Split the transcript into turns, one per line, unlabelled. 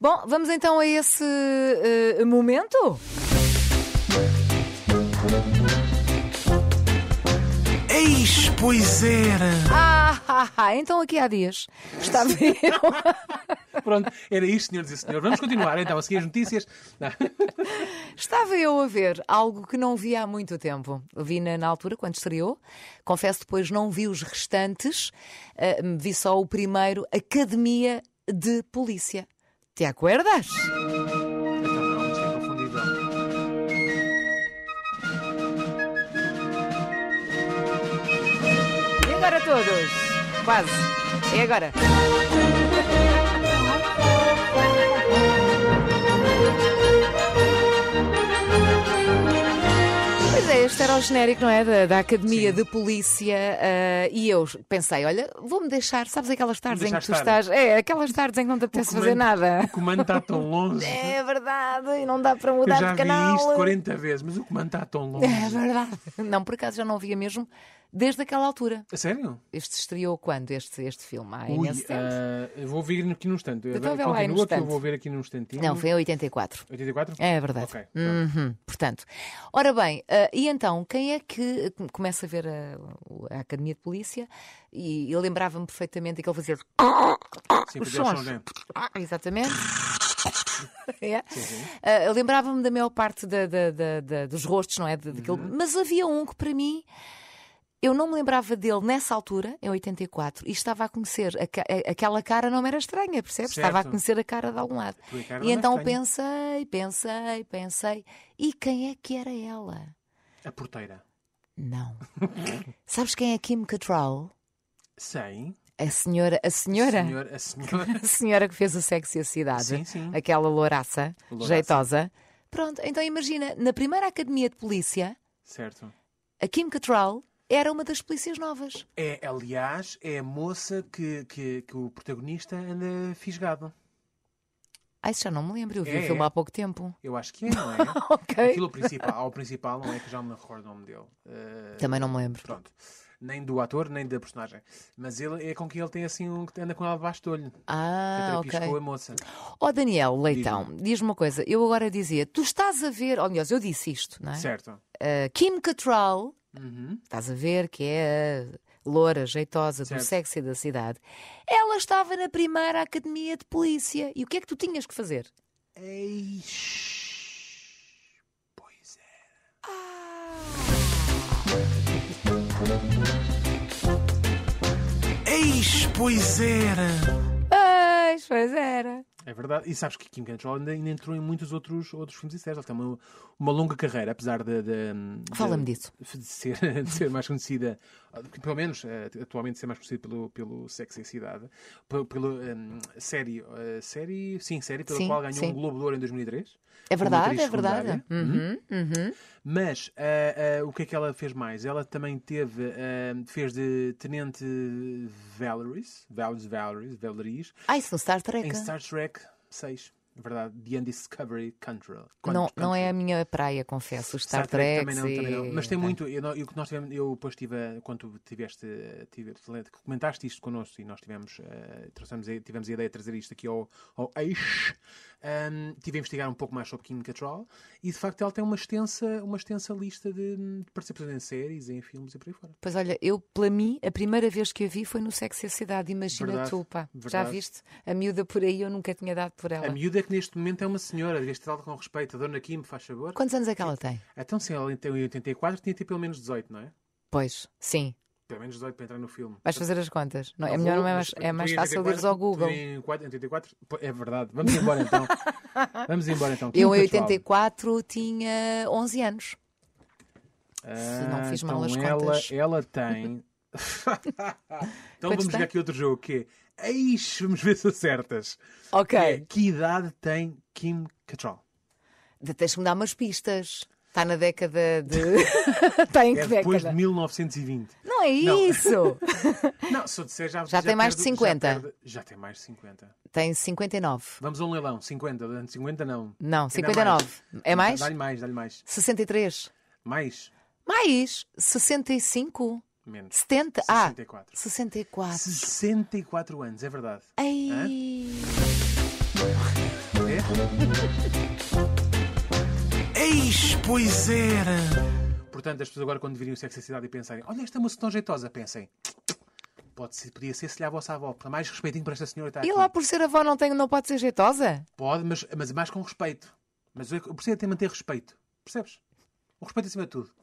Bom, vamos então a esse eh, momento.
Eis, pois era!
Ah, ah, ah, então aqui há dias. Estava eu,
Pronto, era isto, senhores e senhores. Vamos continuar então a seguir as notícias. Não.
estava eu a ver algo que não vi há muito tempo. Vi na, na altura, quando estreou. Confesso depois não vi os restantes. Ah, vi só o primeiro, Academia de Polícia. Te acordas?
Então, não, isto é confundível.
E agora todos? Quase. E agora? Pois é, este era o genérico, não é? Da, da Academia de Polícia. ah, e eu pensei, olha, vou-me deixar, sabes aquelas tardes em que
deixar
tu
estar.
estás. É, aquelas tardes em que não te apetece fazer nada.
O comando está tão longe.
É verdade, e não dá para
Eu
mudar
já
de
vi
canal.
isto 40 vezes, mas o comando está tão longe.
É verdade. Não, por acaso já não via mesmo desde aquela altura.
A sério?
Este estreou quando, este, este filme? Há
Ui,
imenso É tempo.
ah, eu vou ver aqui num instante.
Então vê lá aí num
Continua que eu
instante.
vou ver aqui num instantinho.
Não, foi em 84.
84?
É verdade.
Hum. Ok, pronto.
Uhum, portanto, ora bem, ah, e então, quem é que come- começa a ver a, o- a Academia de Polícia e, e lembrava-me perfeitamente daquele fazer
Sempre
Os
deu
sons.
né?
exatamente. É. Ah, lembrava-me da maior parte da- da- da- da- dos rostos, não é? Da- daquele-
Uhum.
Mas havia um que para mim eu não me lembrava dele nessa altura, em 84, e estava a conhecer a ca- a- aquela cara não me era estranha, percebes? Estava a
Certo.
conhecer a cara de algum lado.
tua cara não
E
era
então
estranha.
pensei, pensei, pensei. E quem é que era ela?
A porteira.
Não. Sabes quem é Kim Cattrall?
Sem.
A senhora, a senhora,
Senhor, a senhora.
a senhora que fez o sexo e a cidade.
Sim, sim.
Aquela louraça,
Louraça.
jeitosa. Pronto, então imagina, na primeira academia de polícia,
certo.
a Kim Cattrall era uma das polícias novas.
É, aliás, é a moça que, que, que o protagonista anda fisgado.
Ah, isso já não me lembro, eu vi
É,
o filme
é.
há pouco tempo.
Eu acho que é, não é?
Ok.
Aquilo principal, ao principal, não é que já me recordo o nome dele. Eh,
Também não me lembro.
Pronto. Nem do ator, nem da personagem. Mas ele é com que ele tem assim um que anda com ela debaixo do olho.
Ah,
Entre a piscou
ok.
a moça.
Ó Daniel Leitão, diz-me uma coisa. Eu agora dizia, tu estás a ver, ou melhor, eu disse isto, não é?
Certo.
Uh, Kim Cattrall,
Uhum.
estás a ver, que é a loura, jeitosa,
Certo.
do sexy da cidade. Ela estava na primeira academia de polícia. E o que é que tu tinhas que fazer?
Eis. Pois é. Ah! Eis, pois era.
Pois, pois era.
É verdade. E sabes que Kim Cattrall ainda, ainda entrou em muitos outros, outros filmes e séries. Ela tem uma, uma longa carreira, apesar de... de- de-
Fala-me disso.
De ser, de ser mais conhecida, pelo menos eh, atualmente ser mais conhecida pelo, pelo Sexo e a Cidade, pe- pela hum, série, eh, série, sim, série pela
Sim,
qual ganhou
sim.
um Globo de Ouro em 2003.
É
Como
verdade,
atriz
é verdade.
secundária. Hum?
Uhum, uhum.
Mas ah, ah, o que é que ela fez mais? Ela também teve, ah, fez de Tenente Valeries, Valeries, Valeries, Valeries
Ah, isso no Star Trek.
em Star Trek 6, é verdade, The Undiscovery Country.
Não, não é a
Country.
minha praia, confesso. Os Star,
Star Trek também não,
Treks
também
e- tá.
não. Mas tem muito. Eu, não- eu, que nós tivemos, eu depois tive, a- quando tu tiveste, eh, tive, te- comentaste isto connosco e nós tivemos, eh, trouxemos, a- tivemos a ideia de trazer isto aqui ao, ao eixo. ahm, tive a investigar um pouco mais sobre Kim Cattrall e de facto ela tem uma extensa, uma extensa lista de, de participações em séries, em filmes e por aí fora.
Pois olha, eu, pela mim, a primeira vez que a vi foi no Sexy e a Cidade. Imagina
Verdade,
tu, pá. Já
verdade.
viste? A miúda por aí eu nunca tinha dado por
A
ela.
miúda que neste momento é uma senhora, devias tratá-la com respeito. A dona Kim, faz favor.
Quantos anos é que ela tem?
Então, se ela tem 84, tinha tipo pelo menos 18, não é?
Pois, sim.
Pelo menos 18 para entrar no filme.
Vais fazer as contas. Não, é
Eu
melhor,
vou,
não é mais,
mas
é
tu
mais
em
fácil
84,
ires ao
tu
Google.
em 4, 84, pô, é verdade. Vamos embora então. Vamos embora então.
Eu, em
Kim Cattrall.
84, tinha 11 anos. se não
Ah,
fiz
então
mal as
ela,
contas.
Ela tem. então vamos
tem?
jogar aqui outro jogo que é. Eis, vamos ver se acertas.
Ok.
É, que idade tem Kim Cattrall?
De- Tens-me dar umas pistas. Está na década de. Está em que
É depois de
década?
1920.
Não é
Não.
isso!
Não, se eu disser já.
Já tem mais de
perde-
50.
Já, perde- já tem mais de 50.
Tem 59.
Vamos a um leilão. 50. durante 50 não.
Não,
Ainda Então
59. É mais?
Dá-lhe mais, dá-lhe mais.
63.
Mais?
Mais 65.
Menos.
70. Ah,
64.
64.
64 anos, é verdade.
Ai.
Eis, pois era! Portanto, as pessoas agora, quando virem o sexo e a cidade e pensarem, olha esta moça tão jeitosa, pensem. Pode ser, podia ser, se lhe a vossa avó. Para mais respeitinho para esta senhora que está
E
aqui.
lá por ser avó não, tem, não pode ser jeitosa?
Pode, mas, mas mais com respeito. Mas eu eu preciso é ter manter respeito. Percebes? O respeito acima de tudo.